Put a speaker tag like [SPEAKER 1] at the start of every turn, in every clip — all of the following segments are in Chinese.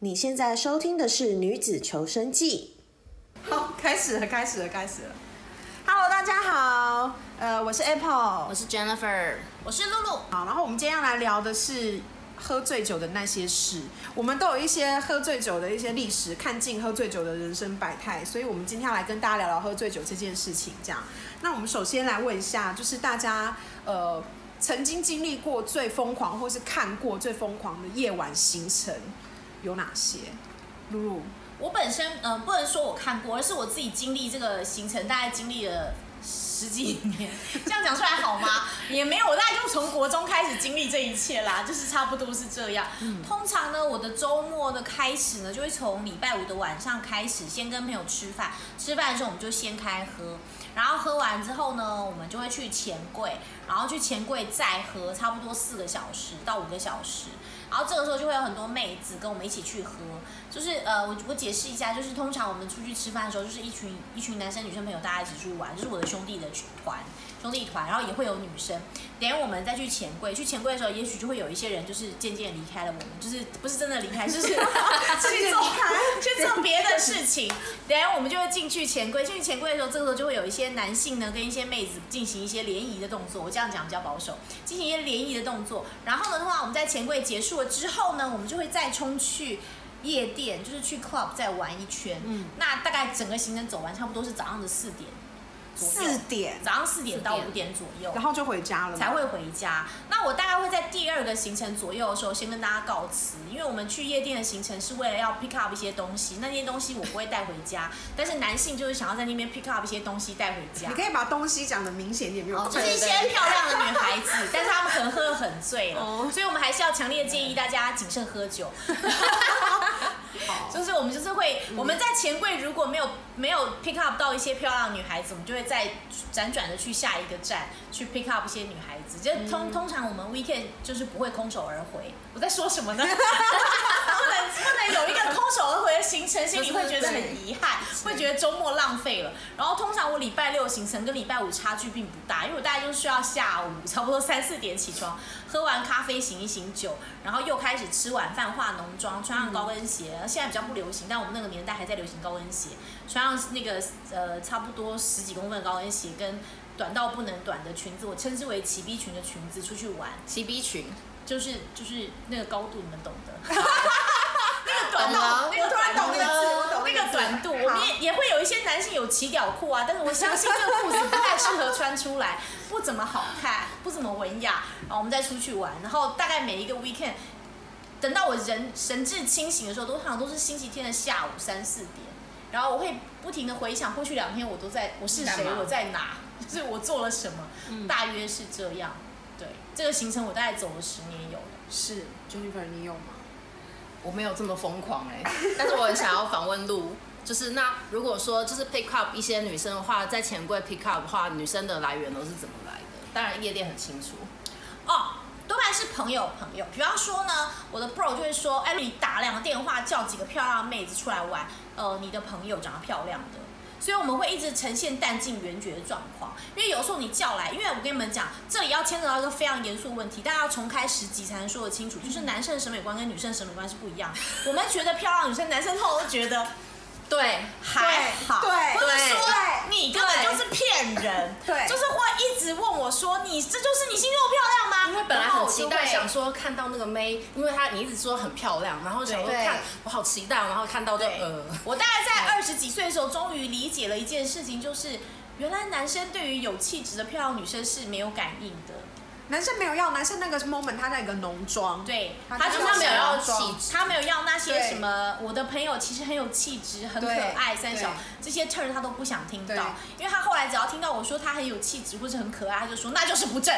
[SPEAKER 1] 你现在收听的是《女子求生记》。
[SPEAKER 2] 好，开始了，开始了，开始了。Hello，大家好，呃，我是 Apple，
[SPEAKER 3] 我是 Jennifer，
[SPEAKER 4] 我是露露。
[SPEAKER 2] 好，然后我们今天要来聊的是喝醉酒的那些事。我们都有一些喝醉酒的一些历史，看尽喝醉酒的人生百态，所以我们今天要来跟大家聊聊喝醉酒这件事情。这样，那我们首先来问一下，就是大家呃曾经经历过最疯狂，或是看过最疯狂的夜晚行程有哪些？露露，
[SPEAKER 4] 我本身呃不能说我看过，而是我自己经历这个行程，大概经历了十几年。这样讲出来好吗？ 也没有，我大概就从国中开始经历这一切啦，就是差不多是这样。通常呢，我的周末的开始呢，就会从礼拜五的晚上开始，先跟朋友吃饭，吃饭的时候我们就先开喝。然后喝完之后呢，我们就会去钱柜，然后去钱柜再喝，差不多四个小时到五个小时。然后这个时候就会有很多妹子跟我们一起去喝，就是呃，我我解释一下，就是通常我们出去吃饭的时候，就是一群一群男生女生朋友大家一起出去玩，就是我的兄弟的群团兄弟团，然后也会有女生。等一下我们再去钱柜，去钱柜的时候，也许就会有一些人就是渐渐离开了我们，就是不是真的离开，就是 去做去做别的事情。等一下我们就会进去钱柜，进去钱柜的时候，这个时候就会有一些男性呢跟一些妹子进行一些联谊的动作，我这样讲比较保守，进行一些联谊的动作。然后呢，通常我们在钱柜结束了之后呢，我们就会再冲去。夜店就是去 club 再玩一圈，那大概整个行程走完，差不多是早上的四点左右，
[SPEAKER 2] 四点，
[SPEAKER 4] 早上四点到五点左右，
[SPEAKER 2] 然后就回家了吗，
[SPEAKER 4] 才会回家。那我大概会在第二个行程左右的时候，先跟大家告辞，因为我们去夜店的行程是为了要 pick up 一些东西，那些东西我不会带回家，但是男性就是想要在那边 pick up 一些东西带回家
[SPEAKER 2] 你。可以把东西讲的明显一点，没有
[SPEAKER 4] 哦，
[SPEAKER 2] 关系
[SPEAKER 4] 就是一些漂亮的女孩子，但是她们可能喝得很醉了，
[SPEAKER 2] 哦
[SPEAKER 4] 所以我们还是要强烈建议大家谨慎 喝酒。
[SPEAKER 2] 哦
[SPEAKER 4] 就是我们就是会，我们在钱柜如果没有没有 pick up 到一些漂亮的女孩子，我们就会再辗转的去下一个站去 pick up 一些女孩子。就通通常我们 weekend 就是不会空手而回。嗯我在说什么呢？ 不能不能有一个空手而回的行 程，心里会觉得很遗憾，会觉得周末浪费了。然后通常我礼拜六行程跟礼拜五差距并不大，因为我大概就需要下午差不多三四点起床，喝完咖啡醒一醒酒，然后又开始吃晚饭、化浓妆、穿上高跟鞋。现在比较不流行，但我们那个年代还在流行高跟鞋，穿上那个呃差不多十几公分的高跟鞋跟。短到不能短的裙子，我称之为齐逼裙的裙子，出去玩
[SPEAKER 3] 齐 B 群，
[SPEAKER 4] 就是就是那个高度，你们懂 的。那个短
[SPEAKER 3] 懂
[SPEAKER 4] 到
[SPEAKER 3] 了，
[SPEAKER 4] 那个
[SPEAKER 2] 我突然
[SPEAKER 4] 短
[SPEAKER 2] 懂那
[SPEAKER 4] 度
[SPEAKER 2] 个字我懂那
[SPEAKER 4] 那
[SPEAKER 2] 个
[SPEAKER 4] 个
[SPEAKER 2] 字
[SPEAKER 4] 短度，我
[SPEAKER 2] 好
[SPEAKER 4] 们也也会有一些男性有齐屌裤啊，但是我相信这个裤子不太适合穿出来，不怎么好看，不怎么文雅。然后我们再出去玩，然后大概每一个 weekend，等到我人神志清醒的时候，通常都是星期天的下午三四点，然后我会不停的回想过去两天我都在，我是谁
[SPEAKER 3] 干，嘛
[SPEAKER 4] 我在哪，嗯就是我做了什么，大约是这样。对，这个行程我大概走了十年有了。
[SPEAKER 2] 是 Jennifer，你有吗？
[SPEAKER 3] 我没有这么疯狂哎、但是我很想要访问路，就是那如果说就是 pick up 一些女生的话，在钱柜 pick up 的话，女生的来源都是怎么来的？当然夜店很清楚，
[SPEAKER 4] 哦，多半是朋友朋友。比方说呢，我的 pro 就会说，哎，你打两个电话叫几个漂亮的妹子出来玩，呃，你的朋友长得漂亮的。所以我们会一直呈现弹尽援绝的状况，因为有时候你叫来，因为我跟你们讲，这里要牵扯到一个非常严肃的问题，大家要重开十集才能说得清楚，就是男生的审美观跟女生的审美观是不一样的。我们觉得漂亮的女生，男生通常都觉得
[SPEAKER 3] 对，
[SPEAKER 4] 还好，
[SPEAKER 2] 对
[SPEAKER 4] 或者说
[SPEAKER 2] 对
[SPEAKER 4] 你根本就是骗人，
[SPEAKER 2] 对
[SPEAKER 4] 就是会一直问我说你这就是你心中的漂亮吗？
[SPEAKER 3] 因为本来
[SPEAKER 4] 然后
[SPEAKER 3] 很
[SPEAKER 4] 我
[SPEAKER 3] 期
[SPEAKER 4] 就
[SPEAKER 3] 待
[SPEAKER 4] 会
[SPEAKER 3] 想说看到那个妹，因为她你一直说很漂亮，然后想说
[SPEAKER 2] 对
[SPEAKER 3] 看我好期待哦，然后看到就
[SPEAKER 4] 对
[SPEAKER 3] 呃，
[SPEAKER 4] 我大概在二十几岁的时候，终于理解了一件事情，就是原来男生对于有气质的漂亮女生是没有感应的，
[SPEAKER 2] 男生没有要，男生那个 moment 他那个浓妆，，
[SPEAKER 4] 对
[SPEAKER 2] 哦他
[SPEAKER 4] 他就
[SPEAKER 2] 就是
[SPEAKER 4] 是没有要
[SPEAKER 2] 想要
[SPEAKER 4] 气
[SPEAKER 2] 装
[SPEAKER 4] 质，他没有要那些
[SPEAKER 2] 对
[SPEAKER 4] 什么我的朋友其实很有气质、很可
[SPEAKER 2] 对
[SPEAKER 4] 爱、三小
[SPEAKER 2] 对
[SPEAKER 4] 这些 turn 他都不想听
[SPEAKER 2] 对
[SPEAKER 4] 到，因为他后来只要听到我说他很有气质或者很可爱，他就说那就是不正。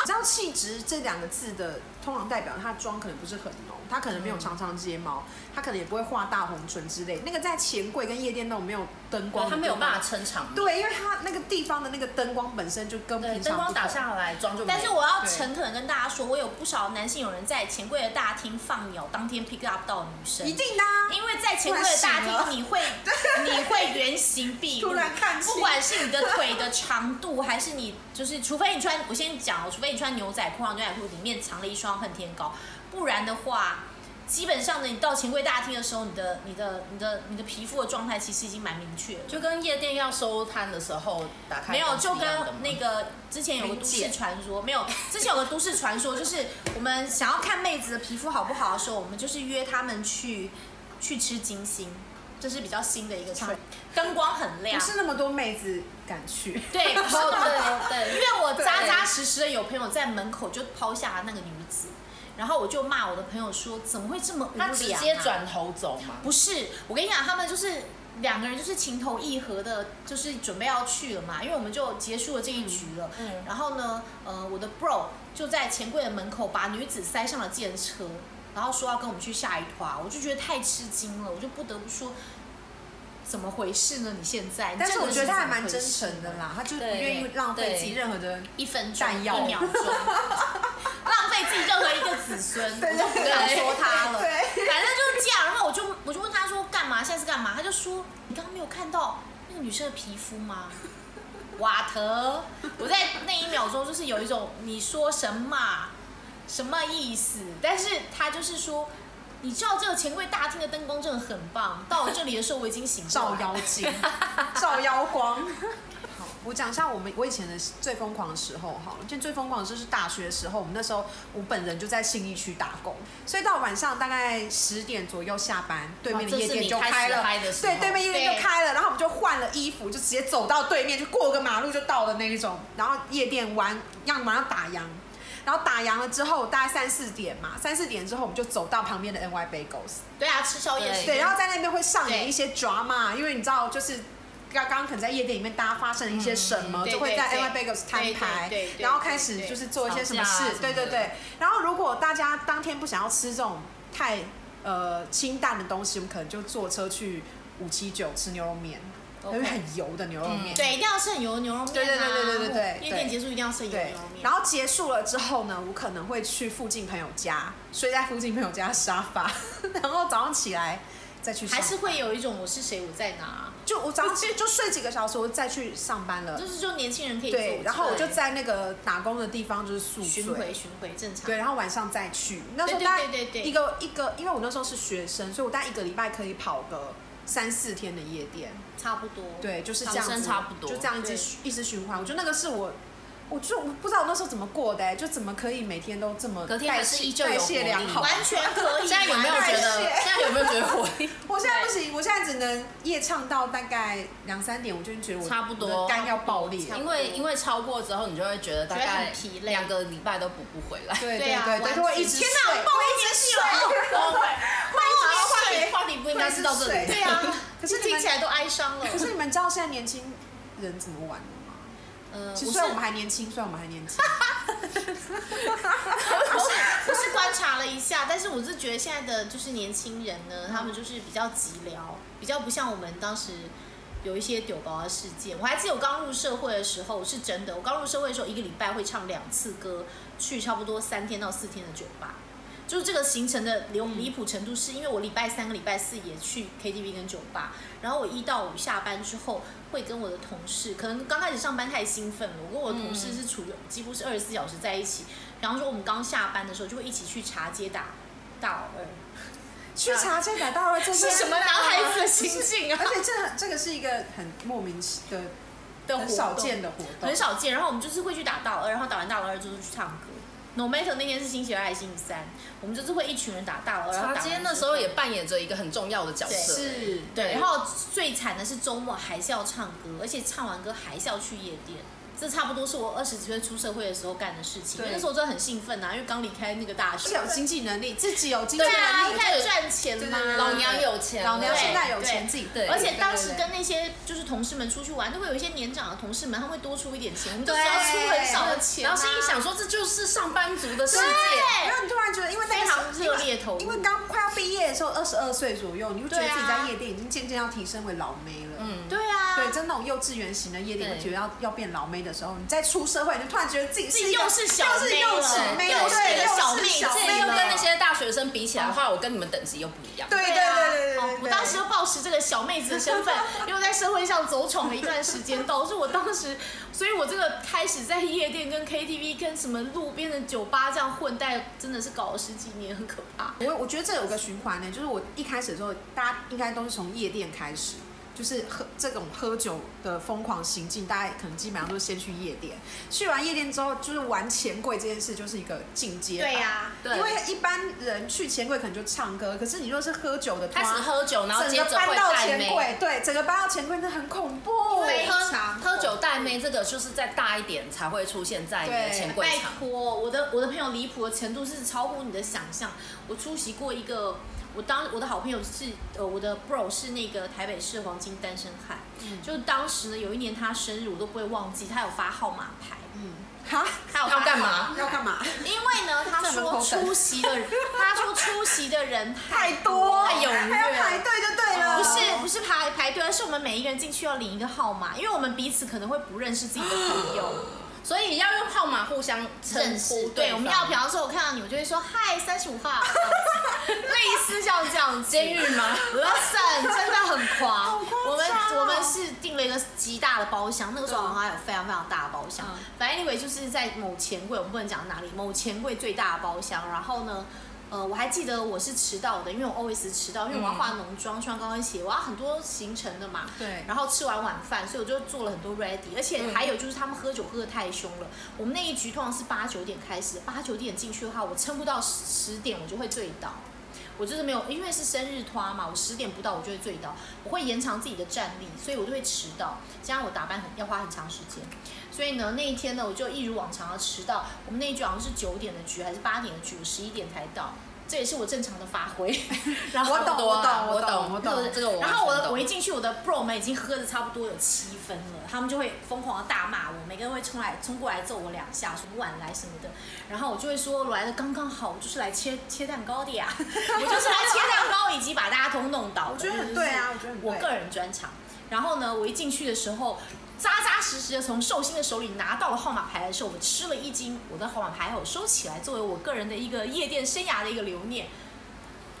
[SPEAKER 2] 你知道气质这两个字的，通常代表他妆可能不是很浓，他可能没有长长睫毛，他可能也不会画大红唇之类。那个在钱柜跟夜店那种没有灯光的
[SPEAKER 3] 她
[SPEAKER 2] 地方，
[SPEAKER 3] 没有办法撑场面，
[SPEAKER 2] 对，因为他那个地方的那个灯光本身就跟
[SPEAKER 3] 对，
[SPEAKER 2] 平常
[SPEAKER 3] 灯光
[SPEAKER 2] 不同
[SPEAKER 3] 打下来妆就没有，
[SPEAKER 4] 但是我要
[SPEAKER 2] 对
[SPEAKER 4] 诚恳地跟大家说，我有不少男性友人在钱柜的大厅放鸟，当天 pick up 到女生
[SPEAKER 2] 一。定的、啊，
[SPEAKER 4] 因为在钱柜的大
[SPEAKER 2] 突然醒了
[SPEAKER 4] 厅，你会 你会原形毕露
[SPEAKER 2] 突然看，清
[SPEAKER 4] 不管是你的腿的长度，还是你就是，除非你穿，啊我先讲哦，除非你穿牛仔裤，然后牛仔裤里面藏了一双恨天高，不然的话，基本上呢，你到钱柜大厅的时候，你的、你的、你的、你的皮肤的状态其实已经蛮明确了。
[SPEAKER 3] 就跟夜店要收摊的时候打开
[SPEAKER 4] 没有，
[SPEAKER 3] 灯是
[SPEAKER 4] 就
[SPEAKER 3] 一样的吗
[SPEAKER 4] 跟那个之前有个都市传说， 没有，之前有个都市传说，就是我们想要看妹子的皮肤好不好的时候，我们就是约她们去去吃金星，这是比较新的一个 trend，灯光很亮
[SPEAKER 2] 不。是那么多妹子敢去。
[SPEAKER 4] 对，不是
[SPEAKER 3] 哦
[SPEAKER 4] 那么多
[SPEAKER 3] 对对
[SPEAKER 4] 因为我扎扎实实的有朋友在门口就抛下那个女子，然后我就骂我的朋友说，怎么会这么无聊、啊
[SPEAKER 3] 他直接，转头走嘛，
[SPEAKER 4] 不是，我跟你讲，他们就是两个人就是情投意合的，就是准备要去了嘛，因为我们就结束了这一局了。
[SPEAKER 3] 嗯嗯
[SPEAKER 4] 然后呢，呃，我的 bro 就在钱柜的门口把女子塞上了电车，然后说要跟我们去下一团，我就觉得太吃惊了，我就不得不说。怎么回事呢？你现在，你
[SPEAKER 2] 但是
[SPEAKER 4] 这个
[SPEAKER 2] 我觉得
[SPEAKER 4] 人
[SPEAKER 2] 他还
[SPEAKER 4] 怎么
[SPEAKER 2] 蛮
[SPEAKER 4] 回
[SPEAKER 2] 真
[SPEAKER 4] 事
[SPEAKER 2] 诚的
[SPEAKER 4] 呢
[SPEAKER 2] 啦，他就是不
[SPEAKER 3] 对
[SPEAKER 2] 愿意浪费
[SPEAKER 3] 对
[SPEAKER 2] 自己任何的。
[SPEAKER 4] 一分钟、
[SPEAKER 2] 弹药
[SPEAKER 4] 一秒 钟，浪费自己任何一个子孙，我就不想说他了。
[SPEAKER 2] 对
[SPEAKER 4] 反正就是这样。然后我就我就问他说干嘛？现在是干嘛？他就说你刚刚没有看到那个女生的皮肤 吗？瓦特，我在那一秒钟就是有一种你说什么什么意思？但是他就是说。你知道这个钱柜大厅的灯光真的很棒，到我这里的时候我已经醒过
[SPEAKER 2] 照
[SPEAKER 4] 来
[SPEAKER 2] 妖镜， 照妖光。好，我讲一下我们我以前的最疯狂的时候好了，就最疯狂的就是大学的时候，我们那时候我本人就在信义区打工，所以到晚上大概十点左右下班，对面的夜店就开了，
[SPEAKER 3] 哇哦这是你开始嗨的时候
[SPEAKER 2] 对，对面夜店就开了，然后我们就换了衣服，就直接走到对面，就过个马路就到了那一种，然后夜店玩，让马上打烊。然后打烊了之后，大概三四点嘛，三四点之后我们就走到旁边的 NY Bagels，
[SPEAKER 4] 对啊，吃宵夜时间
[SPEAKER 2] 对，然后在那边会上演
[SPEAKER 4] 对
[SPEAKER 2] 一些 drama，因为你知道，就是刚刚可能在夜店里面大家发生一些什么，
[SPEAKER 4] 嗯对
[SPEAKER 2] 就会在
[SPEAKER 4] 对
[SPEAKER 2] NY
[SPEAKER 4] 对
[SPEAKER 2] Bagels 摊牌
[SPEAKER 4] 对对，对
[SPEAKER 2] 然后开始就是做一些什么事
[SPEAKER 3] 吵架啊，
[SPEAKER 2] 对对
[SPEAKER 3] 什么的
[SPEAKER 2] 对。然后如果大家当天不想要吃这种太呃清淡的东西，我们可能就坐车去五七九吃牛肉面，因
[SPEAKER 4] OK 嗯
[SPEAKER 2] 为很油的牛肉面。
[SPEAKER 4] 对，一定要吃很油的牛肉面、啊。
[SPEAKER 2] 对对对对对对对
[SPEAKER 4] 夜店结束一定要吃很油的
[SPEAKER 2] 对
[SPEAKER 4] 牛肉，面。
[SPEAKER 2] 然
[SPEAKER 4] 后
[SPEAKER 2] 后结束了之后呢，我可能会去附近朋友家睡在附近朋友家的沙发， 然后早上起来再去上
[SPEAKER 4] 还是会有一种我是谁，我在哪，
[SPEAKER 2] 就我早上就睡几个小时，我再去上班了
[SPEAKER 4] 就。是就年轻人可以做
[SPEAKER 2] 呃对，然后我就在那个打工的地方就是宿
[SPEAKER 4] 巡
[SPEAKER 2] 醉，
[SPEAKER 4] 回巡回正常。
[SPEAKER 2] 对，然后晚上再去。那时候
[SPEAKER 4] 对对
[SPEAKER 2] 大概
[SPEAKER 4] 对对对
[SPEAKER 2] 一个一个，因为我那时候是学生，所以我大概一个礼拜可以跑个三四天的夜店。
[SPEAKER 4] 差不多。
[SPEAKER 2] 对，就是这样
[SPEAKER 3] 好
[SPEAKER 2] 子，
[SPEAKER 3] 像差不多
[SPEAKER 2] 就这样一直
[SPEAKER 4] 对
[SPEAKER 2] 循一直循环。我觉得那个是我。我就我不知道我那时候怎么过的、欸就怎么可以每天都这么
[SPEAKER 3] 隔天还
[SPEAKER 2] 代
[SPEAKER 3] 是
[SPEAKER 2] 谢
[SPEAKER 3] 依旧有
[SPEAKER 2] 代
[SPEAKER 3] 活
[SPEAKER 2] 谢
[SPEAKER 3] 力
[SPEAKER 2] 良好，
[SPEAKER 4] 完全可 以。
[SPEAKER 3] 现在有没有 觉
[SPEAKER 2] 代
[SPEAKER 3] 得？
[SPEAKER 2] 谢
[SPEAKER 3] 现在有没有觉得回？
[SPEAKER 2] 我现在不行，我现在只能夜唱到大概两三点，我就觉得我
[SPEAKER 3] 差不多
[SPEAKER 2] 我的肝要爆裂。
[SPEAKER 3] 因为因为超过之后，你就会觉得大
[SPEAKER 4] 觉得
[SPEAKER 3] 概
[SPEAKER 4] 很疲累
[SPEAKER 3] 两个礼拜都补不回来。
[SPEAKER 2] 对
[SPEAKER 4] 对啊
[SPEAKER 2] 对对，
[SPEAKER 4] 完
[SPEAKER 2] 就会
[SPEAKER 4] 全
[SPEAKER 2] 一直
[SPEAKER 4] 天
[SPEAKER 2] 哪，
[SPEAKER 4] 爆
[SPEAKER 2] 会一直 睡，哦会一直睡，
[SPEAKER 3] 话题不应该是到这
[SPEAKER 2] 会
[SPEAKER 3] 里
[SPEAKER 2] 是。
[SPEAKER 4] 对啊，
[SPEAKER 2] 可是你们
[SPEAKER 4] 听起来都哀伤了。
[SPEAKER 2] 可是你们知道现在年轻人怎么玩的吗？
[SPEAKER 4] 呃，我
[SPEAKER 2] 其实
[SPEAKER 4] 是
[SPEAKER 2] 虽然我们还年轻，虽然我们还年 轻，
[SPEAKER 4] 我是我是观察了一下，但是我是觉得现在的就是年轻人呢，他们就是比较急聊，比较不像我们当时有一些丢包的事件。我还记得我刚入社会的时候是真的，我刚入社会的时候一个礼拜会唱两次歌，去差不多三天到四天的酒吧。就是这个行程的离离谱程度，是因为我礼拜三跟礼拜四也去 KTV 跟酒吧，然后我一到五下班之后会跟我的同事，可能刚开始上班太兴奋了，我跟我同事是处于几乎是二十四小时在一起。比方说我们刚下班的时候就会一起去茶街打大老二，
[SPEAKER 2] 去查这打到了这些
[SPEAKER 4] 是什么男孩子的心境 啊
[SPEAKER 2] 而且这这个是一个很莫名其的、
[SPEAKER 4] 的活
[SPEAKER 2] 很
[SPEAKER 4] 动
[SPEAKER 2] 少见的活动
[SPEAKER 4] 很。少见。然后我们就是会去打大老二，然后打完大老二就是去唱歌。No matter 那天是星期二还是星期三，我们就是会一群人打大老二。然后打
[SPEAKER 3] 茶
[SPEAKER 4] 完
[SPEAKER 3] 街
[SPEAKER 4] 之
[SPEAKER 3] 那时候
[SPEAKER 4] 后
[SPEAKER 3] 也扮演着一个很重要的角色，
[SPEAKER 2] 是，
[SPEAKER 4] 对，
[SPEAKER 3] 对
[SPEAKER 4] 然后最惨的是周末还是要唱歌，而且唱完歌还是要去夜店。这差不多是我二十几岁出社会的时候干的事情，
[SPEAKER 2] 对
[SPEAKER 4] 因为那时候真的很兴奋呐、因为刚离开那个大
[SPEAKER 2] 而
[SPEAKER 4] 学
[SPEAKER 2] 且，有经济能力，自己有经济
[SPEAKER 4] 对啊，
[SPEAKER 2] 能
[SPEAKER 4] 一
[SPEAKER 2] 力，
[SPEAKER 4] 开始赚钱
[SPEAKER 2] 对对
[SPEAKER 4] 嘛，
[SPEAKER 2] 对
[SPEAKER 3] 老娘有钱了，
[SPEAKER 2] 老娘
[SPEAKER 4] 对
[SPEAKER 2] 现在有
[SPEAKER 4] 对
[SPEAKER 2] 钱自己
[SPEAKER 3] 对
[SPEAKER 4] 而且当时
[SPEAKER 2] 对对对
[SPEAKER 4] 跟那些就是同事们出去玩，都会有一些年长的同事们，他会多出一点钱，我们就
[SPEAKER 2] 对
[SPEAKER 4] 是要出很少的钱、啊，
[SPEAKER 3] 然后心里想说，这就是上班族的世界。
[SPEAKER 2] 然
[SPEAKER 4] 对，
[SPEAKER 2] 后你突然觉得，因为那个
[SPEAKER 4] 非
[SPEAKER 2] 时候
[SPEAKER 4] 常热烈投入
[SPEAKER 2] 因为刚快要毕业的时候，二十二岁左右，你就觉得
[SPEAKER 4] 对啊
[SPEAKER 2] 自己在夜店已经渐渐要提升为老妹了。
[SPEAKER 3] 嗯，
[SPEAKER 4] 对啊，
[SPEAKER 2] 对，真那种幼稚园型的夜店，
[SPEAKER 3] 对
[SPEAKER 2] 会觉得要要变老妹的的时候，你再出社会，你就突然觉得自己
[SPEAKER 4] 自己
[SPEAKER 2] 是一个
[SPEAKER 4] 又是小
[SPEAKER 2] 又是
[SPEAKER 4] 妹
[SPEAKER 2] 幼
[SPEAKER 4] 了
[SPEAKER 2] 稚妹，
[SPEAKER 4] 又是
[SPEAKER 2] 对
[SPEAKER 4] 一个小妹
[SPEAKER 2] 是小
[SPEAKER 4] 这
[SPEAKER 3] 这
[SPEAKER 2] 妹
[SPEAKER 3] 又
[SPEAKER 2] 了
[SPEAKER 3] 跟那些大学生比起来的话，我跟你们等级又不一样。
[SPEAKER 2] 对对
[SPEAKER 4] 啊
[SPEAKER 2] 对对对
[SPEAKER 4] 哦
[SPEAKER 2] 对，
[SPEAKER 4] 我当时就抱持这个小妹子的身份，又在社会上走闯了一段时间，导致我当时，所以我这个开始在夜店、跟 KTV、跟什么路边的酒吧这样混带，真的是搞了十几年，很可怕。
[SPEAKER 2] 我我觉得这有个循环呢，就是我一开始的时候，大家应该都是从夜店开始，就是喝这种喝酒的疯狂行径，大家可能基本上都是先去夜店，去完夜店之后，就是玩钱柜这件事就是一个进阶版。
[SPEAKER 4] 呀、
[SPEAKER 3] 对
[SPEAKER 2] 因为一般人去钱柜可能就唱歌，可是你若是喝酒的，
[SPEAKER 3] 开始喝酒，然后
[SPEAKER 2] 整
[SPEAKER 3] 接
[SPEAKER 2] 个
[SPEAKER 3] 着
[SPEAKER 2] 搬
[SPEAKER 3] 会
[SPEAKER 2] 到
[SPEAKER 3] 带
[SPEAKER 2] 钱
[SPEAKER 3] 妹。
[SPEAKER 2] 柜，对，整个搬到钱柜那很恐怖，
[SPEAKER 4] 对
[SPEAKER 2] 非
[SPEAKER 3] 喝
[SPEAKER 2] 常
[SPEAKER 3] 喝酒带妹这个就是再大一点才会出现在你的
[SPEAKER 2] 对
[SPEAKER 3] 钱柜
[SPEAKER 4] 哎拜
[SPEAKER 3] 场。
[SPEAKER 4] 托，我的我的朋友离谱的程度是超乎你的想象。我出席过一个，我当我的好朋友是呃我的 bro 是那个台北市黄金单身汉，
[SPEAKER 2] 嗯
[SPEAKER 4] 就当时呢有一年他生日我都不会忘记，他有发号码牌，
[SPEAKER 2] 嗯哈，
[SPEAKER 4] 他有
[SPEAKER 3] 要
[SPEAKER 4] 发
[SPEAKER 3] 干
[SPEAKER 4] 号码
[SPEAKER 3] 嘛？
[SPEAKER 2] 要干嘛？
[SPEAKER 4] 因为 呢，他
[SPEAKER 2] 在门口
[SPEAKER 4] 说
[SPEAKER 2] 等
[SPEAKER 4] 出席的 人，他说出席的人
[SPEAKER 2] 太
[SPEAKER 4] 多，
[SPEAKER 2] 多，
[SPEAKER 4] 太踊
[SPEAKER 2] 还要排
[SPEAKER 4] 跃。
[SPEAKER 2] 队就对了，
[SPEAKER 4] 不是不是排排队，而是我们每一个人进去要领一个号码，因为我们彼此可能会不认识自己的朋友，
[SPEAKER 3] 所以要用号码互相
[SPEAKER 4] 认
[SPEAKER 3] 称
[SPEAKER 4] 识
[SPEAKER 3] 呼。
[SPEAKER 4] 对，我们要比
[SPEAKER 3] 方
[SPEAKER 4] 方说，我看到你，我就会说嗨，三十五号，这样子 类似像这样子。
[SPEAKER 3] 监狱吗？
[SPEAKER 4] Listen，真的很狂。
[SPEAKER 2] 夸张
[SPEAKER 4] 我们
[SPEAKER 2] 哦
[SPEAKER 4] 我们是订了一个极大的包厢，那个时候好像还有非常非常大的包厢
[SPEAKER 3] 嗯。
[SPEAKER 4] 反正 anyway 就是在某钱柜，我们不能讲哪里，某钱柜最大的包厢。然后呢，呃，我还记得我是迟到的，因为我 always 迟到，因为我要化浓妆、穿高跟鞋，我要很多行程的嘛。
[SPEAKER 2] 对
[SPEAKER 4] 然后吃完晚饭，所以我就做了很多 ready，而且还有就是他们喝酒喝的太凶了。我们那一局通常是八九点开始，八九点进去的话，我撑不到十十点，我就会醉倒。我就是没有，因为是生日拖嘛，我十点不到我就会醉倒，我会延长自己的站立，所以我就会迟到，加上我打扮很要花很长时间，所以呢那一天呢我就一如往常的迟到，我们那一局好像是九点的局还是八点的局，我十一点才到，这也是我正常的发 挥。然后
[SPEAKER 2] 我懂
[SPEAKER 3] 多啊
[SPEAKER 2] 我懂我
[SPEAKER 3] 我
[SPEAKER 2] 懂
[SPEAKER 3] 这个我完全懂。
[SPEAKER 4] 然后我的我一进去，我的 bro 们已经喝的差不多有七分了，他们就会疯狂的大骂我，每个人会冲来冲过来揍我两下，说晚来什么的。然后我就会说我来的刚刚好，我就是来切切蛋糕的呀，我 就是来切蛋糕以及把大家都弄倒的。
[SPEAKER 2] 我觉得很对啊我觉得
[SPEAKER 4] 这就是
[SPEAKER 2] 很对
[SPEAKER 4] 我个人专长。然后呢，我一进去的时候。扎扎实实的从寿星的手里拿到了号码牌的时候，我吃了一惊。我的号码牌还有收起来，作为我个人的一个夜店生涯的一个留念。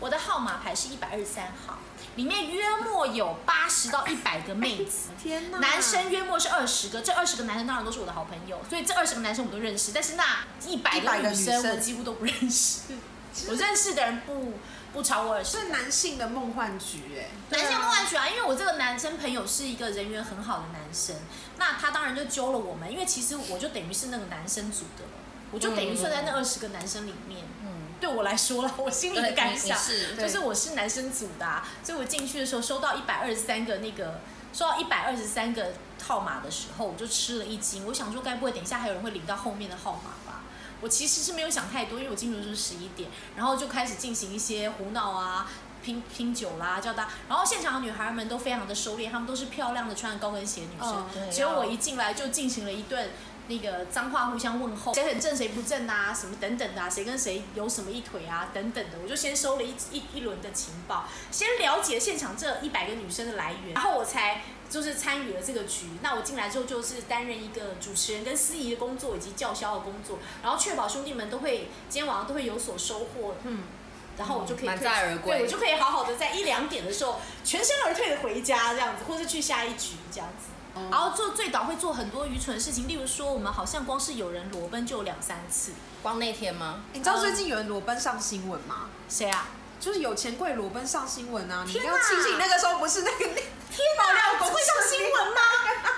[SPEAKER 4] 我的号码牌是一百二十三号，里面约莫有八十到一百个妹子。
[SPEAKER 2] 天哪，
[SPEAKER 4] 男生约莫是二十个，这二十个男生当然都是我的好朋友，所以这二十个男生我都认识，但是那一百
[SPEAKER 2] 100
[SPEAKER 4] 个
[SPEAKER 2] 个
[SPEAKER 4] 女
[SPEAKER 2] 女
[SPEAKER 4] 生
[SPEAKER 2] 生
[SPEAKER 4] 我几乎都不认识。 我认识的人不不超过二十。
[SPEAKER 2] 是男性的梦幻局哎，
[SPEAKER 4] 男生乱举啊，因为我这个男生朋友是一个人缘很好的男生，那他当然就揪了我们，因为其实我就等于是那个男生组的了，我就等于算在那二十个男生里面。
[SPEAKER 3] 嗯，
[SPEAKER 4] 对我来说了，我心里的
[SPEAKER 3] 对
[SPEAKER 4] 感
[SPEAKER 3] 你
[SPEAKER 4] 想
[SPEAKER 3] 你是
[SPEAKER 4] 就
[SPEAKER 2] 对
[SPEAKER 4] 是我是男生组的、啊，所以我进去的时候收到一百二十三个那个，收到一百二十三个号码的时候，我就吃了一惊。我想说，该不会等一下还有人会领到后面的号码吧？我其实是没有想太多，因为我进去的时候十一点，然后就开始进行一些胡闹啊。拼拼酒啦，叫大家，然后现场的女孩们都非常的收敛，她们都是漂亮的穿着高跟鞋的女生
[SPEAKER 2] 嗯，
[SPEAKER 3] 对
[SPEAKER 4] 只有我一进来就进行了一顿那个脏话互相问候，谁很正谁不正啊，什么等等的、啊，谁跟谁有什么一腿啊，等等的，我就先收了一一一轮的情报，先了解现场这一百个女生的来源，然后我才就是参与了这个局。那我进来之后就是担任一个主持人跟司仪的工作以及叫嚣的工作，然后确保兄弟们都会今天晚上都会有所收获。嗯。然后我就可以
[SPEAKER 3] 满
[SPEAKER 4] 退
[SPEAKER 3] 载而归
[SPEAKER 4] 对我就可以好好的在一两点的时候全身而退的回家这样子，或是去下一局这样子。
[SPEAKER 3] 哦
[SPEAKER 4] 然后做醉倒会做很多愚蠢的事情，例如说我们好像光是有人裸奔就有两三次，
[SPEAKER 3] 光那天吗？
[SPEAKER 2] 你知道最近有人裸奔上新闻吗？
[SPEAKER 4] 谁啊？
[SPEAKER 2] 就是有钱贵裸奔上新闻啊！你
[SPEAKER 4] 天哪
[SPEAKER 2] 要庆幸那个时候不是 那个
[SPEAKER 4] 天
[SPEAKER 2] 爆料
[SPEAKER 4] 哪，
[SPEAKER 2] 公司
[SPEAKER 4] 这会上新闻 吗？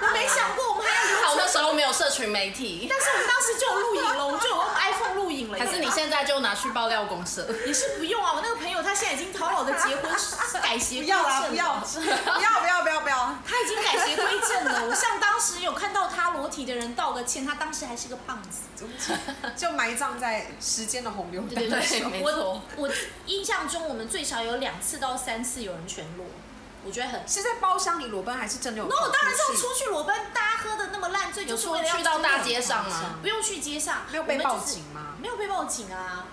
[SPEAKER 4] 我没想过，我们还有
[SPEAKER 3] 还好那时候没有社群媒体，
[SPEAKER 4] 但是我们当时就有录影了，我们就有用 iPhone 录影了。
[SPEAKER 3] 还是你现在就拿去爆料公社？
[SPEAKER 4] 也是不用啊？我那个朋友他现在已经讨好的结婚改邪
[SPEAKER 2] 不
[SPEAKER 4] 归
[SPEAKER 2] 要
[SPEAKER 4] 正
[SPEAKER 2] 啦，不要，
[SPEAKER 4] 了，
[SPEAKER 2] 不要，不要，不要，不要！
[SPEAKER 4] 他已经改邪归正了。我向当时有看到他裸体的人道个歉，他当时还是个胖子。
[SPEAKER 2] 就埋葬在时间的洪流当
[SPEAKER 3] 对
[SPEAKER 2] 中。
[SPEAKER 3] 没
[SPEAKER 4] 我
[SPEAKER 3] 错
[SPEAKER 4] 我印象中我们最少有两次到三次有人全裸，我觉得很。
[SPEAKER 2] 是在包厢里裸奔还是真的有？
[SPEAKER 4] 那我当然是要出去裸奔，大家喝的那么烂醉，
[SPEAKER 3] 有
[SPEAKER 4] 就是
[SPEAKER 3] 出
[SPEAKER 4] 为了要
[SPEAKER 3] 去到
[SPEAKER 4] 出门
[SPEAKER 3] 大街上吗？
[SPEAKER 4] 不用去街上，
[SPEAKER 2] 没有被
[SPEAKER 4] 我们就
[SPEAKER 2] 报
[SPEAKER 4] 是
[SPEAKER 2] 警吗？
[SPEAKER 4] 没有被报警啊。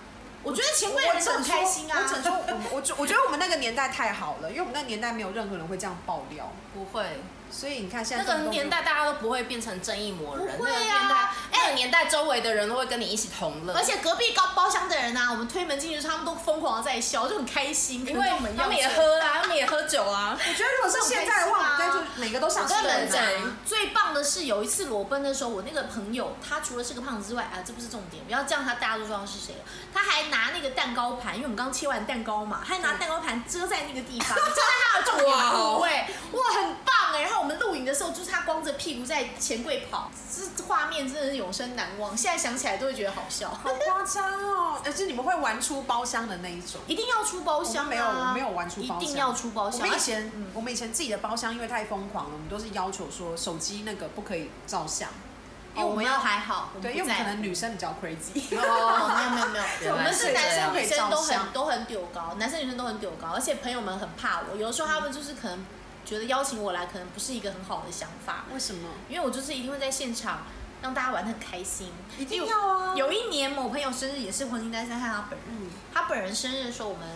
[SPEAKER 4] 我觉得前柜人是很开心啊
[SPEAKER 2] 我。只能说，我们我觉我觉得我们那个年代太好了，因为我们那个年代没有任何人会这样爆料，
[SPEAKER 3] 不会，
[SPEAKER 2] 所以你看现
[SPEAKER 3] 那
[SPEAKER 2] 在
[SPEAKER 3] 个
[SPEAKER 2] 动不动就
[SPEAKER 3] 年代大家都不会变成正义魔人，
[SPEAKER 4] 不会啊
[SPEAKER 3] 那个年代，那个年代周围的人都会跟你一起同乐，
[SPEAKER 4] 而且隔壁高包厢的人啊，我们推门进去的时候，他们都疯狂的在笑，就很开心，
[SPEAKER 3] 因
[SPEAKER 4] 可
[SPEAKER 3] 为
[SPEAKER 4] 能跟我们一样
[SPEAKER 3] 他们也喝啦，他们也喝酒啊，
[SPEAKER 2] 我觉得如果是现在的话，我们该就每个都上
[SPEAKER 4] 啊我
[SPEAKER 2] 新
[SPEAKER 4] 跟你
[SPEAKER 2] 闻
[SPEAKER 4] 们讲
[SPEAKER 2] 啊。，
[SPEAKER 4] 最棒的是有一次裸奔的时候，我那个朋友他除了是个胖子之外，啊，这不是重点，不要这样，他大家都知道是谁了。他还拿那个蛋糕盘，因为我们刚切完蛋糕嘛，他还拿蛋糕盘遮在那个 地方，遮在他的重点部位，哇，很棒哎！然后我们录影的时候，就是他光着屁股在钱柜跑，这画面真的是永生难忘，现在想起来都会觉得好笑。
[SPEAKER 2] 好夸张哦！而且你们会玩出包厢的那一种。
[SPEAKER 4] 一定要出包厢、啊，
[SPEAKER 2] 我们没有我们没有玩出包厢
[SPEAKER 4] 一定要出包
[SPEAKER 2] 我
[SPEAKER 4] 厢。嗯
[SPEAKER 2] 们以前，我们以前自己的包厢因为太疯狂了，我们都是要求说手机那个不可以照相，因为
[SPEAKER 4] 哦
[SPEAKER 2] 我
[SPEAKER 4] 我
[SPEAKER 2] 们
[SPEAKER 4] 们
[SPEAKER 2] 要
[SPEAKER 4] 要还好，
[SPEAKER 2] 对，因为
[SPEAKER 4] 不
[SPEAKER 2] 我
[SPEAKER 4] 在
[SPEAKER 2] 们
[SPEAKER 4] 乎
[SPEAKER 2] 可能女生比较 crazy。
[SPEAKER 4] 哦，没有没有没有，
[SPEAKER 3] 原来是
[SPEAKER 4] 我们是男生女生都
[SPEAKER 2] 这
[SPEAKER 4] 很
[SPEAKER 2] 样
[SPEAKER 4] 都很丢高，男生女生都很丢高，而且朋友们很怕我，有的时候他们就是可能觉得邀请我来可能不是一个很好的想法，
[SPEAKER 2] 为什么？
[SPEAKER 4] 因为我就是一定会在现场让大家玩得很开心。
[SPEAKER 2] 一定要啊！
[SPEAKER 4] 有一年某朋友生日也是黄金单身汉他本人，
[SPEAKER 2] 嗯，
[SPEAKER 4] 他本人生日的时候我们。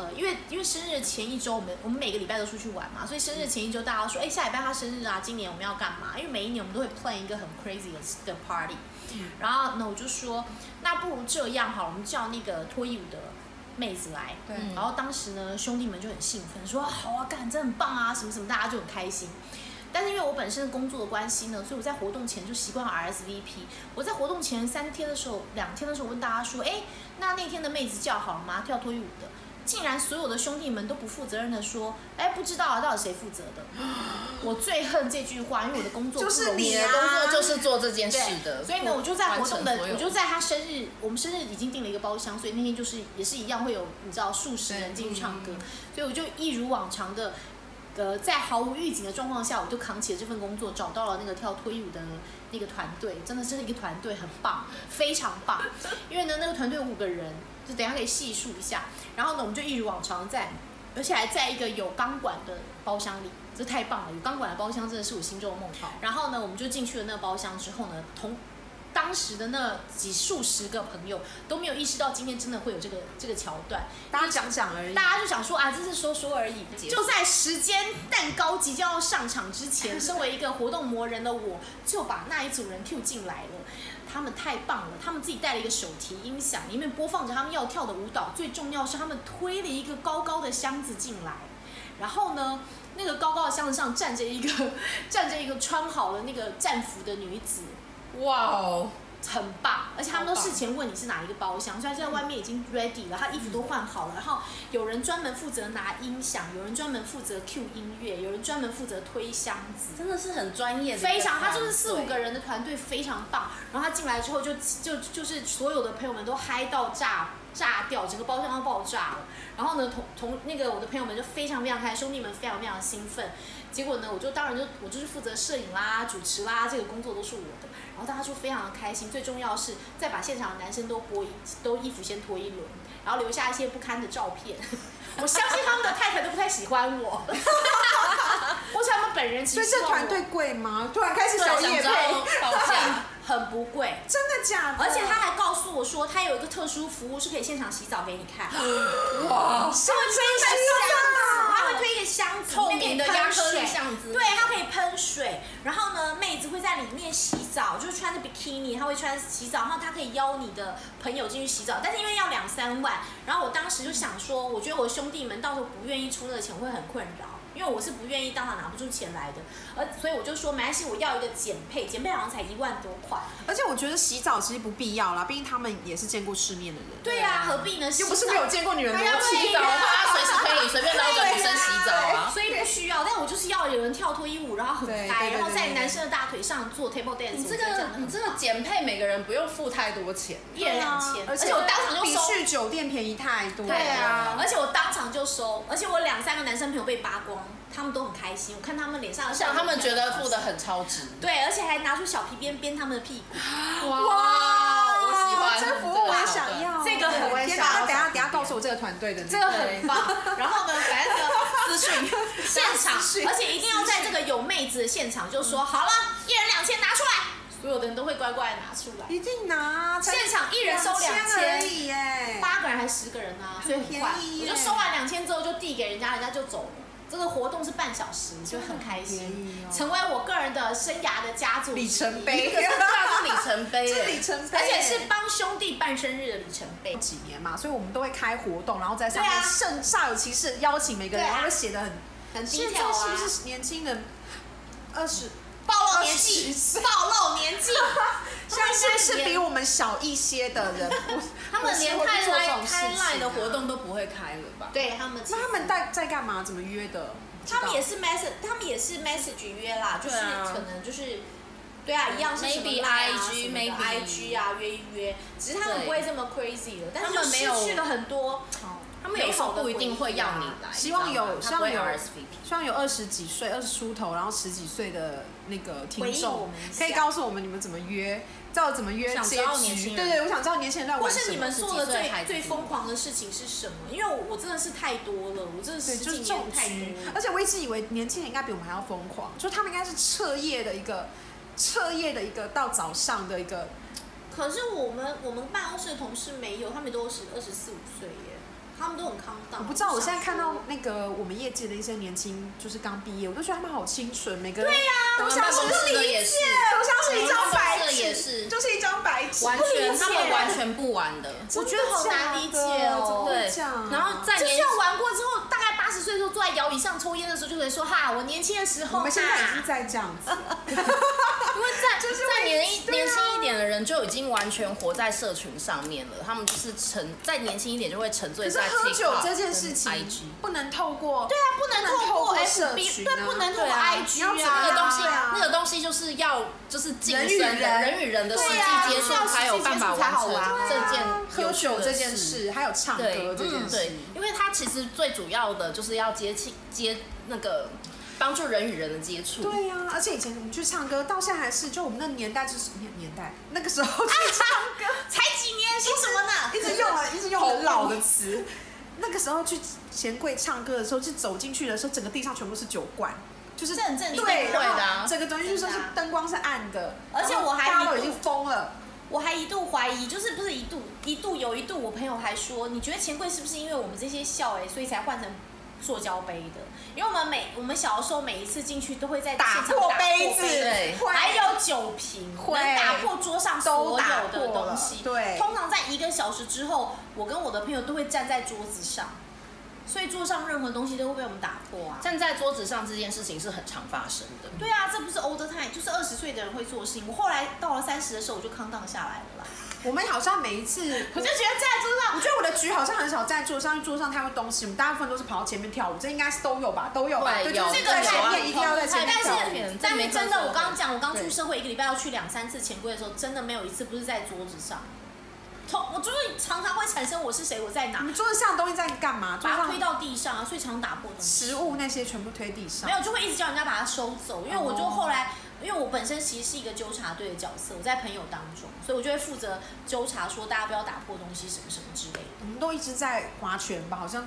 [SPEAKER 4] 呃，因为因为生日前一周，我们我们每个礼拜都出去玩嘛，所以生日前一周大家都说，哎、下礼拜他生日啊，今年我们要干嘛？因为每一年我们都会 plan 一个很 crazy 的的 party，然后呢，我就说，那不如这样好了，我们叫那个脱衣舞的妹子来。
[SPEAKER 2] 对
[SPEAKER 4] 嗯然后当时呢，兄弟们就很兴奋，说好啊，干，这很棒啊，什么什么，大家就很开心。但是因为我本身工作的关系呢，所以我在活动前就习惯 RSVP。我在活动前三天的时候，两天的时候我问大家说，哎，那那天的妹子叫好了吗？跳脱衣舞的。竟然所有的兄弟们都不负责任的说，哎，不知道啊，到底谁负责的？ 我最恨这句话，因为我的工作
[SPEAKER 2] 就是
[SPEAKER 4] 不容
[SPEAKER 2] 你
[SPEAKER 4] 易
[SPEAKER 3] 你
[SPEAKER 2] 啊
[SPEAKER 3] 的工作就是做这件事
[SPEAKER 4] 对，
[SPEAKER 3] 的，
[SPEAKER 4] 所以呢，我就在活动的
[SPEAKER 3] 完成所，有
[SPEAKER 4] 我就在他生日，我们生日已经订了一个包厢，所以那天就是也是一样会有你知道数十人进去唱歌，所以我就一如往常的，呃，在毫无预警的状况下，我就扛起了这份工作，找到了那个跳脱衣舞的那个团队，真的是一个团队，很棒，非常棒。因为呢，那个团队五个人，就等一下可以细数一下。然后呢，我们就一如往常在，而且还在一个有钢管的包厢里，这太棒了！有钢管的包厢真的是我心中的梦想。然后呢，我们就进去了那个包厢之后呢，同当时的那几数十个朋友都没有意识到今天真的会有这个这个桥段，
[SPEAKER 2] 大家讲讲而已。
[SPEAKER 4] 大家就想说啊，这是说说而已。
[SPEAKER 3] 结束
[SPEAKER 4] 就在时间蛋糕即将要上场之前， 身为一个活动魔人的我，就把那一组人 Q 进来了。他们太棒了，他们自己带了一个手提音响，里面播放着他们要跳的舞蹈。最重要是他们推了一个高高的箱子进来，然后呢，那个高高的箱子上站着一个 站着一个穿好了那个战服的女子，
[SPEAKER 3] 哇哦，
[SPEAKER 4] 很棒，而且他们都
[SPEAKER 3] 超棒
[SPEAKER 4] 事前问你是哪一个包厢，所以他就在外面已经 ready 了，他衣服都换好了，
[SPEAKER 3] 嗯
[SPEAKER 4] 然后有人专门负责拿音响，有人专门负责 Q 音乐，有人专门负责推箱子，
[SPEAKER 3] 真的是很专业的一个团队，
[SPEAKER 4] 非常，他就是四五个人的团队，非常棒。然后他进来之后就就就是所有的朋友们都嗨到炸炸掉，整个包厢都爆炸了。然后呢，同同那个我的朋友们就非常非常开心，兄弟们非常非常兴奋。结果呢，我就当然就我就是负责摄影啦、主持啦，这个工作都是我的。然后大家就非常的开心，最重要是再把现场的男生都脱一都衣服先脱一轮，然后留下一些不堪的照片。 我相信他们的太太都不太喜欢我， 或是他们本人其
[SPEAKER 2] 所
[SPEAKER 4] 实
[SPEAKER 2] 以
[SPEAKER 4] 希
[SPEAKER 2] 这
[SPEAKER 4] 望我
[SPEAKER 2] 团队贵吗？突然开始小
[SPEAKER 3] 对
[SPEAKER 2] 野
[SPEAKER 3] 想
[SPEAKER 2] 配，
[SPEAKER 3] 招保价，
[SPEAKER 4] 很不 贵，
[SPEAKER 2] 真的假的？
[SPEAKER 4] 而且他还告诉我说，他有一个特殊服务是可以现场洗澡给你看，
[SPEAKER 3] 哦
[SPEAKER 4] 他会
[SPEAKER 2] 哇，什么
[SPEAKER 4] 推一个箱子，他
[SPEAKER 2] 真
[SPEAKER 4] 会推一个箱子，
[SPEAKER 3] 啊透明的
[SPEAKER 4] 里面可以
[SPEAKER 3] 亚克
[SPEAKER 4] 喷
[SPEAKER 3] 力
[SPEAKER 4] 水
[SPEAKER 3] 箱子，
[SPEAKER 4] 对，它可以喷水，然后呢，妹子会在里面洗澡，就是穿着比基尼，她会穿洗澡，然后她可以邀你的朋友进去洗澡，但是因为要两三万，然后我当时就想说，我觉得我兄弟们到时候不愿意出那个钱，我会很困扰。因为我是不愿意当场拿不出钱来的，而所以我就说没关系，我要一个减配，减配好像才一万多块。
[SPEAKER 2] 而且我觉得洗澡其实不必要啦，毕竟他们也是见过世面的人，
[SPEAKER 4] 对啊，何必呢？
[SPEAKER 2] 又不
[SPEAKER 4] 洗
[SPEAKER 2] 是
[SPEAKER 4] 澡
[SPEAKER 2] 没有见过女人
[SPEAKER 3] 他
[SPEAKER 2] 多
[SPEAKER 3] 要洗
[SPEAKER 2] 洗
[SPEAKER 3] 澡
[SPEAKER 2] 澡
[SPEAKER 3] 的话，
[SPEAKER 2] 啊。
[SPEAKER 3] 他随时可以随便捞一个女生洗澡啊。
[SPEAKER 4] 所以不需要，但我就是要有人跳脱衣舞，然后很
[SPEAKER 2] 对
[SPEAKER 4] 嗨，
[SPEAKER 2] 对对
[SPEAKER 4] 然后在
[SPEAKER 2] 对对
[SPEAKER 4] 男生的大腿上做 table dance
[SPEAKER 3] 你
[SPEAKER 4] 我觉
[SPEAKER 3] 这
[SPEAKER 4] 得样
[SPEAKER 3] 个
[SPEAKER 4] 很棒。
[SPEAKER 3] 你这个减配，每个人不用付太多钱。
[SPEAKER 4] 一人两千，
[SPEAKER 2] 而
[SPEAKER 4] 而
[SPEAKER 2] 且
[SPEAKER 4] 且我当场就
[SPEAKER 2] 比
[SPEAKER 4] 收。
[SPEAKER 2] 去酒店便宜太多了。
[SPEAKER 4] 对啊，而且我当场就收，而且我两三个男生朋友被扒光，他们都很开心，我看他们脸上的笑容，
[SPEAKER 3] 像他们觉得付的很超值，
[SPEAKER 4] 对，而且还拿出小皮鞭鞭他们的屁股，哦
[SPEAKER 3] 哇
[SPEAKER 2] 哇，
[SPEAKER 3] 我喜欢
[SPEAKER 2] 这服务我也想要，
[SPEAKER 4] 这个很
[SPEAKER 2] 天哪！那等下等下告诉我这个团队的名字，
[SPEAKER 4] 这个很棒。然后呢，反正呢，
[SPEAKER 3] 资讯，
[SPEAKER 4] 现场，而且一定要在这个有妹子的现场就说好了，一人两千拿出来。所所有的人都会乖乖地拿出来。
[SPEAKER 2] 一定拿，才
[SPEAKER 4] 现场一人收
[SPEAKER 2] 2000
[SPEAKER 4] 2000
[SPEAKER 2] 而已耶。
[SPEAKER 4] 八个人还是十个人啊，所以很快
[SPEAKER 2] 很便宜，
[SPEAKER 4] 我
[SPEAKER 2] 耶
[SPEAKER 4] 就收完两千之后就递给人家，人家就走了。这个活动是半小时，就很
[SPEAKER 2] 真的
[SPEAKER 4] 开
[SPEAKER 2] 很
[SPEAKER 4] 心
[SPEAKER 2] 便宜，哦
[SPEAKER 4] 成为我个人的生涯的佳作
[SPEAKER 2] 里程
[SPEAKER 4] 之
[SPEAKER 2] 碑
[SPEAKER 4] 一，
[SPEAKER 3] 那是里程碑
[SPEAKER 2] 这
[SPEAKER 3] 耶
[SPEAKER 2] 里，程碑
[SPEAKER 4] 而
[SPEAKER 2] 耶，
[SPEAKER 4] 且是帮兄弟办生日的里程碑。
[SPEAKER 2] 几年嘛，所以我们都会开活动，然后在上面
[SPEAKER 4] 对啊
[SPEAKER 2] 甚煞有其事地邀请每个人，
[SPEAKER 4] 对啊
[SPEAKER 2] 然后就写的很。
[SPEAKER 4] 很低
[SPEAKER 2] 现在
[SPEAKER 4] 调啊
[SPEAKER 2] 是不是年轻人二十？
[SPEAKER 4] 暴露年纪，暴露年 纪，
[SPEAKER 2] 现在是不是比
[SPEAKER 4] 我
[SPEAKER 2] 我们小一些的 人？不
[SPEAKER 3] 他们连
[SPEAKER 2] 不
[SPEAKER 3] 开
[SPEAKER 2] 是会做这种
[SPEAKER 3] line
[SPEAKER 2] 事情
[SPEAKER 3] 开
[SPEAKER 2] 啊
[SPEAKER 3] line 的活动都不会开了吧？
[SPEAKER 4] 对他们，
[SPEAKER 2] 那他们在在干嘛？怎么约的？
[SPEAKER 4] 他们也
[SPEAKER 2] 是
[SPEAKER 4] 是 message，他们也是 message 约啦，就是
[SPEAKER 3] 对啊
[SPEAKER 4] 可能就是。对啊，一样是什么
[SPEAKER 3] Maybe
[SPEAKER 4] line 啊
[SPEAKER 3] IG
[SPEAKER 4] 什么的
[SPEAKER 3] maybe
[SPEAKER 4] IG 啊，约一约，只是他们
[SPEAKER 3] 对
[SPEAKER 4] 不会这么 crazy 了，但是
[SPEAKER 3] 他们没有
[SPEAKER 4] 就失去了很多
[SPEAKER 3] 他们有时候不一定会要
[SPEAKER 4] 啊
[SPEAKER 3] 你来，
[SPEAKER 2] 希望有，
[SPEAKER 3] 你
[SPEAKER 2] 希
[SPEAKER 3] 知道吗
[SPEAKER 2] 望
[SPEAKER 3] 他
[SPEAKER 2] 有
[SPEAKER 3] 不会 RSVP。
[SPEAKER 2] 希望有二十几岁、二十出头，然后十几岁的那个听
[SPEAKER 4] 回应我
[SPEAKER 2] 众
[SPEAKER 4] 们一，下
[SPEAKER 2] 可以告诉我们你们怎么约，知道怎么约
[SPEAKER 3] 想知
[SPEAKER 2] 结
[SPEAKER 3] 道年
[SPEAKER 2] 局。
[SPEAKER 3] 轻人
[SPEAKER 2] 对对，我想知道年轻人在
[SPEAKER 4] 或
[SPEAKER 2] 玩什么。
[SPEAKER 4] 是你们做的
[SPEAKER 3] 十几
[SPEAKER 4] 最
[SPEAKER 3] 岁孩子
[SPEAKER 4] 最疯狂的事情是什么？因为我我真的是太多了，我真的
[SPEAKER 2] 对，
[SPEAKER 4] 十
[SPEAKER 2] 就
[SPEAKER 4] 几
[SPEAKER 2] 是中
[SPEAKER 4] 年太
[SPEAKER 2] 狙
[SPEAKER 4] 多。了。
[SPEAKER 2] 而且我一直以为年轻人应该比我们还要疯狂，就他们应该是彻夜的一个，彻夜的一个到早上的一个，
[SPEAKER 4] 可是我们我们办公室的同事没有，他们都是二十四五岁耶，他们都很康荡。
[SPEAKER 2] 我不知道。我现在
[SPEAKER 4] 想
[SPEAKER 2] 看到
[SPEAKER 4] 说
[SPEAKER 2] 那个我们业界的一些年轻，就是刚毕业，我都觉得他们好清纯，每个人
[SPEAKER 3] 我
[SPEAKER 2] 都
[SPEAKER 3] 们
[SPEAKER 2] 像
[SPEAKER 3] 办
[SPEAKER 2] 是
[SPEAKER 3] 公室的也是，
[SPEAKER 2] 都像是一张白
[SPEAKER 3] 这
[SPEAKER 2] 纸，
[SPEAKER 3] 哦也是
[SPEAKER 2] 就是一张白纸，
[SPEAKER 3] 完
[SPEAKER 4] 不理
[SPEAKER 3] 全
[SPEAKER 4] 解
[SPEAKER 3] 他们完全不玩的。
[SPEAKER 2] 真的
[SPEAKER 4] 我觉得好难理解哦
[SPEAKER 2] 假的怎么会
[SPEAKER 3] 对
[SPEAKER 2] 这样啊，
[SPEAKER 3] 然后再
[SPEAKER 4] 就是
[SPEAKER 3] 年
[SPEAKER 4] 要玩过之后，大概八十岁的时候坐在摇椅上抽烟的时候，就可以说哈，我年轻的时
[SPEAKER 2] 我
[SPEAKER 4] 候哈
[SPEAKER 2] 们。现在已经在这样子了，
[SPEAKER 3] 因为在
[SPEAKER 2] 就是
[SPEAKER 3] 在
[SPEAKER 2] 会
[SPEAKER 3] 年一
[SPEAKER 2] 对啊
[SPEAKER 3] 年轻一点的人就已经完全活在社群上面了，他们就是沉在年轻一点就会沉醉
[SPEAKER 2] 可是
[SPEAKER 3] 在
[SPEAKER 2] 喝
[SPEAKER 3] TikTok
[SPEAKER 2] 酒这件事
[SPEAKER 3] 跟 IG
[SPEAKER 2] 情不能透过
[SPEAKER 4] 对啊，不能
[SPEAKER 2] 不能透
[SPEAKER 4] 透
[SPEAKER 2] 过
[SPEAKER 4] 过
[SPEAKER 2] 社
[SPEAKER 4] FB，
[SPEAKER 2] 群啊
[SPEAKER 4] 对，不能透过
[SPEAKER 3] 对啊
[SPEAKER 2] 你要怎
[SPEAKER 4] IG
[SPEAKER 2] 么
[SPEAKER 3] 那
[SPEAKER 2] 样
[SPEAKER 3] 个东西
[SPEAKER 2] 对啊，
[SPEAKER 3] 那个东西就是要就是晋
[SPEAKER 2] 人与
[SPEAKER 3] 升的
[SPEAKER 2] 人
[SPEAKER 3] 人与人的实
[SPEAKER 4] 对啊
[SPEAKER 3] 际接触
[SPEAKER 4] 要实际
[SPEAKER 3] 才有办法
[SPEAKER 4] 接触才
[SPEAKER 3] 完
[SPEAKER 4] 好
[SPEAKER 3] 成
[SPEAKER 4] 玩啊
[SPEAKER 3] 这件
[SPEAKER 2] 喝
[SPEAKER 3] 有趣
[SPEAKER 2] 酒
[SPEAKER 3] 的
[SPEAKER 2] 这件。事，还有唱歌
[SPEAKER 3] 对，
[SPEAKER 2] 这件
[SPEAKER 3] 嗯，
[SPEAKER 2] 事
[SPEAKER 3] 对。，因为它其实最主要的就是要接近接那个帮助人与人的接触。
[SPEAKER 2] 对呀、而且以前我们去唱歌，到现在还是，就我们那个年代就是年年代，那个时候 去唱歌，
[SPEAKER 4] 才几年，说什么呢？
[SPEAKER 2] 一直用了一直用很老的词。那个时候去钱柜唱歌的时候，就走进去的时候，整个地上全部是酒罐，就是
[SPEAKER 4] 这很正常
[SPEAKER 2] 对，
[SPEAKER 3] 一定会的啊
[SPEAKER 2] 然后整个东西就是
[SPEAKER 4] 真的啊
[SPEAKER 2] 灯光是暗的，
[SPEAKER 4] 而且
[SPEAKER 2] 然后
[SPEAKER 4] 我还
[SPEAKER 2] 大家都已
[SPEAKER 4] 一度
[SPEAKER 2] 经疯了，
[SPEAKER 4] 我还一度怀疑，就是不是一度一度有一度，我朋友还说，你觉得钱柜是不是因为我们这些笑哎、所以才换成塑胶杯的？因为我们每我们小的时候每一次进去都会在
[SPEAKER 2] 打
[SPEAKER 4] 现场
[SPEAKER 2] 破
[SPEAKER 4] 打
[SPEAKER 2] 杯子
[SPEAKER 3] 对，
[SPEAKER 2] 会
[SPEAKER 4] 还有酒瓶，能
[SPEAKER 2] 会
[SPEAKER 4] 打破桌上所有的
[SPEAKER 2] 都打破
[SPEAKER 4] 东
[SPEAKER 2] 了
[SPEAKER 4] 西。
[SPEAKER 2] 对
[SPEAKER 4] 通常在一个小时之后，我跟我的朋友都会站在桌子上，所以桌上任何东西都会被我们打破啊。
[SPEAKER 3] 站在桌子上这件事情是很常发生的。
[SPEAKER 4] 对啊，这不是 old time，就是二十岁的人会做的事情。我后来到了三十的时候，我就康荡下来了啦。
[SPEAKER 2] 我们好像每一次，
[SPEAKER 4] 我就觉得站在桌上
[SPEAKER 2] 我，觉得我的局好像很少在桌上，因为桌上太多东西，我们大部分都是跑到前面跳舞，这应该是都有吧，都有吧，对，
[SPEAKER 3] 对有
[SPEAKER 2] 就是
[SPEAKER 3] 这个
[SPEAKER 2] 在前
[SPEAKER 3] 有啊
[SPEAKER 2] 面一定要在前面
[SPEAKER 4] 但
[SPEAKER 2] 跳舞。
[SPEAKER 4] 是
[SPEAKER 3] 这
[SPEAKER 4] 但
[SPEAKER 3] 没
[SPEAKER 4] 是
[SPEAKER 3] 喝
[SPEAKER 4] 真的，
[SPEAKER 3] 酒
[SPEAKER 4] 我刚刚讲，我刚出
[SPEAKER 3] 对
[SPEAKER 4] 社会一个礼拜要去两三次钱柜的时候，真的没有一次不是在桌子上。从我就是常常会产生我是谁，我在哪
[SPEAKER 2] 你，们桌子上的东西在干嘛？桌
[SPEAKER 4] 把它
[SPEAKER 2] 上
[SPEAKER 4] 推到地上啊，所以常打破东西。
[SPEAKER 2] 食物那些全部推地上
[SPEAKER 4] 没。有，就会一直叫人家把它收走，因为我就后来，因为我本身其实是一个纠察队的角色，我在朋友当中，所以我就会负责纠察，说大家不要打破东西什么什么之类的。
[SPEAKER 2] 我们都一直在划拳吧，好像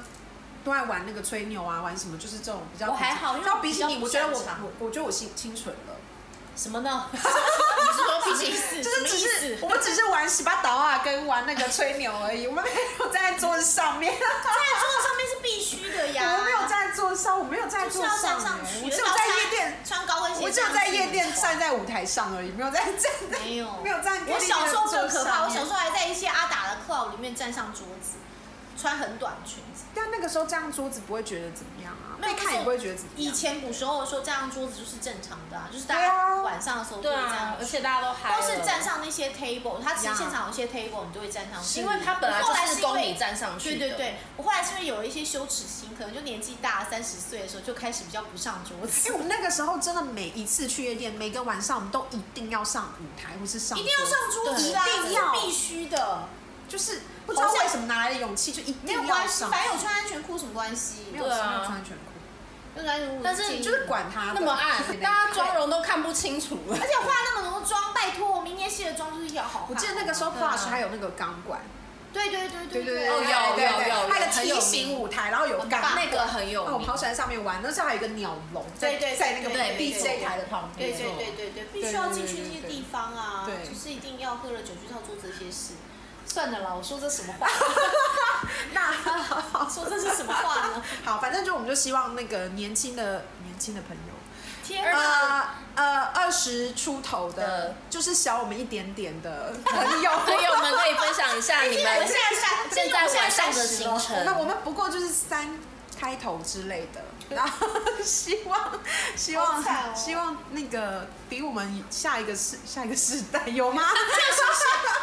[SPEAKER 2] 都在玩那个吹牛啊，玩什么就是这种比较。
[SPEAKER 4] 我还好因为
[SPEAKER 2] 要比起
[SPEAKER 4] 我比较
[SPEAKER 2] 你，
[SPEAKER 4] 不
[SPEAKER 2] 我觉得我
[SPEAKER 4] 擅长
[SPEAKER 2] 我我觉得我清清纯了，
[SPEAKER 4] 什么呢？
[SPEAKER 3] 你是说毕竟
[SPEAKER 4] 就
[SPEAKER 2] 就是只是我们只是玩十八刀啊，跟玩那个吹牛而已，我们没有站在桌子上面，
[SPEAKER 4] 站在桌子上面是必须的呀，
[SPEAKER 2] 我们没有站在桌子上，我没有站在
[SPEAKER 4] 就是
[SPEAKER 2] 桌
[SPEAKER 4] 要
[SPEAKER 2] 子
[SPEAKER 4] 站
[SPEAKER 2] 上
[SPEAKER 4] 上
[SPEAKER 2] 欸，
[SPEAKER 4] 去，
[SPEAKER 2] 我只有在夜店，
[SPEAKER 4] 穿高跟鞋，
[SPEAKER 2] 我只有在夜店站。在舞台上而已，没有在站在
[SPEAKER 4] 没有，
[SPEAKER 2] 没有站在
[SPEAKER 4] 我小时候更可怕，我小时
[SPEAKER 2] 候，
[SPEAKER 4] 候还在一些阿达的 club 里面站上桌子，穿很短的裙子。
[SPEAKER 2] 但那个时候这样桌子不会觉得怎么样啊，
[SPEAKER 4] 没有
[SPEAKER 2] 被看也不会觉得怎么
[SPEAKER 4] 以
[SPEAKER 2] 样。
[SPEAKER 4] 前古时候说站上桌子就是正常的、啊，就是大
[SPEAKER 2] 对啊
[SPEAKER 4] 家晚上的时候都
[SPEAKER 3] 对
[SPEAKER 4] 会这
[SPEAKER 3] 啊
[SPEAKER 4] 样，
[SPEAKER 3] 而。且大家都嗨
[SPEAKER 4] 都
[SPEAKER 3] 了，
[SPEAKER 4] 是站上那些 table，他其
[SPEAKER 2] 呀
[SPEAKER 4] 实现场有一些 table，你都会站上去，
[SPEAKER 3] 因为他本来
[SPEAKER 4] 我后来
[SPEAKER 3] 就是是
[SPEAKER 4] 因
[SPEAKER 3] 供
[SPEAKER 4] 为
[SPEAKER 3] 你站上去
[SPEAKER 4] 对
[SPEAKER 3] 的。
[SPEAKER 4] 对对，我后来是因为有一些羞耻心，可能就年纪大，三十岁的时候就开始比较不上桌子
[SPEAKER 2] 因为。我们那个时候真的每一次去夜店，每个晚上我们都一定要上舞台或是上
[SPEAKER 4] 一
[SPEAKER 2] 桌，
[SPEAKER 4] 定要上桌子啊，
[SPEAKER 2] 对一定要
[SPEAKER 4] 这是必须的，
[SPEAKER 2] 就是不知道为什么拿来的勇气就一
[SPEAKER 4] 没
[SPEAKER 2] 定
[SPEAKER 4] 有
[SPEAKER 2] 要
[SPEAKER 4] 关系，
[SPEAKER 2] 上，
[SPEAKER 4] 反正有穿安全裤什么关系？
[SPEAKER 2] 没
[SPEAKER 4] 没
[SPEAKER 2] 有
[SPEAKER 4] 有
[SPEAKER 2] 没
[SPEAKER 3] 对
[SPEAKER 2] 有
[SPEAKER 3] 啊
[SPEAKER 2] 穿安全裤，
[SPEAKER 4] 穿安全裤，
[SPEAKER 3] 但是
[SPEAKER 4] 建 议
[SPEAKER 2] 就是管他的
[SPEAKER 3] 那么暗，大家妆。容都看不清楚了
[SPEAKER 4] 而。且化那么浓的妆，拜托，我明年卸的妆就是要好看。
[SPEAKER 2] 我记得那个时候
[SPEAKER 4] 好
[SPEAKER 2] Plush 还有那个钢管，
[SPEAKER 4] 对对对
[SPEAKER 2] 对对对，
[SPEAKER 4] 对，
[SPEAKER 3] 哦有
[SPEAKER 2] 对对
[SPEAKER 3] 有
[SPEAKER 2] 对
[SPEAKER 3] 有
[SPEAKER 2] 它有
[SPEAKER 3] 很有
[SPEAKER 2] 个梯形
[SPEAKER 3] 名
[SPEAKER 2] 舞台，然后有
[SPEAKER 3] 很
[SPEAKER 2] 杠
[SPEAKER 3] 棒，那个很有
[SPEAKER 2] 哦，我
[SPEAKER 3] 名
[SPEAKER 2] 好喜欢上面玩，那时候还有一个鸟笼，在
[SPEAKER 4] 对对对
[SPEAKER 2] 在那个
[SPEAKER 3] 对没错
[SPEAKER 2] DJ 台的旁
[SPEAKER 4] 对
[SPEAKER 2] 边，
[SPEAKER 4] 对对对对，必须要进去那些地方啊，
[SPEAKER 2] 对对对对对
[SPEAKER 4] 就是一定要喝了酒就是要做这些事。算了啦，我说这什么话？
[SPEAKER 2] 那
[SPEAKER 4] 说这是什么话呢？
[SPEAKER 2] 好，反正就我们就希望那个年轻的年轻的朋友，
[SPEAKER 4] 天啊！
[SPEAKER 2] 呃呃，二十出头的
[SPEAKER 3] 的，。
[SPEAKER 2] 就是小我们一点点的朋友
[SPEAKER 3] 朋友们可以分享 一下你
[SPEAKER 4] 现在
[SPEAKER 3] 们
[SPEAKER 4] 现在下
[SPEAKER 3] 现在晚上的行 程。
[SPEAKER 2] 那我们不过就是三开头之类的，然后希望希望、
[SPEAKER 4] 好惨哦
[SPEAKER 2] 希望那个比我们下一个世下一个世代有吗？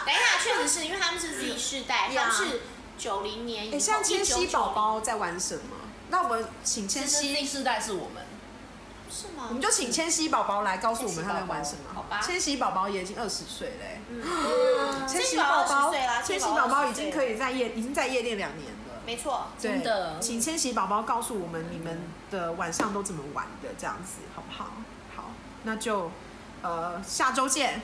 [SPEAKER 4] 等一下，确实是因为他们是 Z 世代，他
[SPEAKER 2] 呀
[SPEAKER 4] 们是九零年以
[SPEAKER 2] 你
[SPEAKER 4] 后，
[SPEAKER 2] 哎像千禧宝
[SPEAKER 4] 1990
[SPEAKER 2] 宝在玩什么？那我们请千
[SPEAKER 3] 千
[SPEAKER 2] 禧，
[SPEAKER 3] 禧世代是我们，
[SPEAKER 4] 是吗？
[SPEAKER 2] 我们就请千禧宝宝来告诉我们
[SPEAKER 3] 千
[SPEAKER 2] 他
[SPEAKER 3] 禧宝宝
[SPEAKER 2] 在玩什么。
[SPEAKER 4] 好吧
[SPEAKER 2] 千禧宝宝也已经二十岁嘞、
[SPEAKER 4] 嗯
[SPEAKER 2] 千禧
[SPEAKER 4] 宝
[SPEAKER 2] 宝
[SPEAKER 4] 宝
[SPEAKER 2] 宝
[SPEAKER 4] 20岁啦，，
[SPEAKER 2] 千禧宝宝已经可
[SPEAKER 4] 以，
[SPEAKER 2] 以在夜，已经在夜店两年了。
[SPEAKER 4] 没错，
[SPEAKER 2] 对
[SPEAKER 3] 真的
[SPEAKER 2] 请千禧宝宝告诉我们你们的晚上都怎么玩的，这样子好不好？好，那就呃下周见，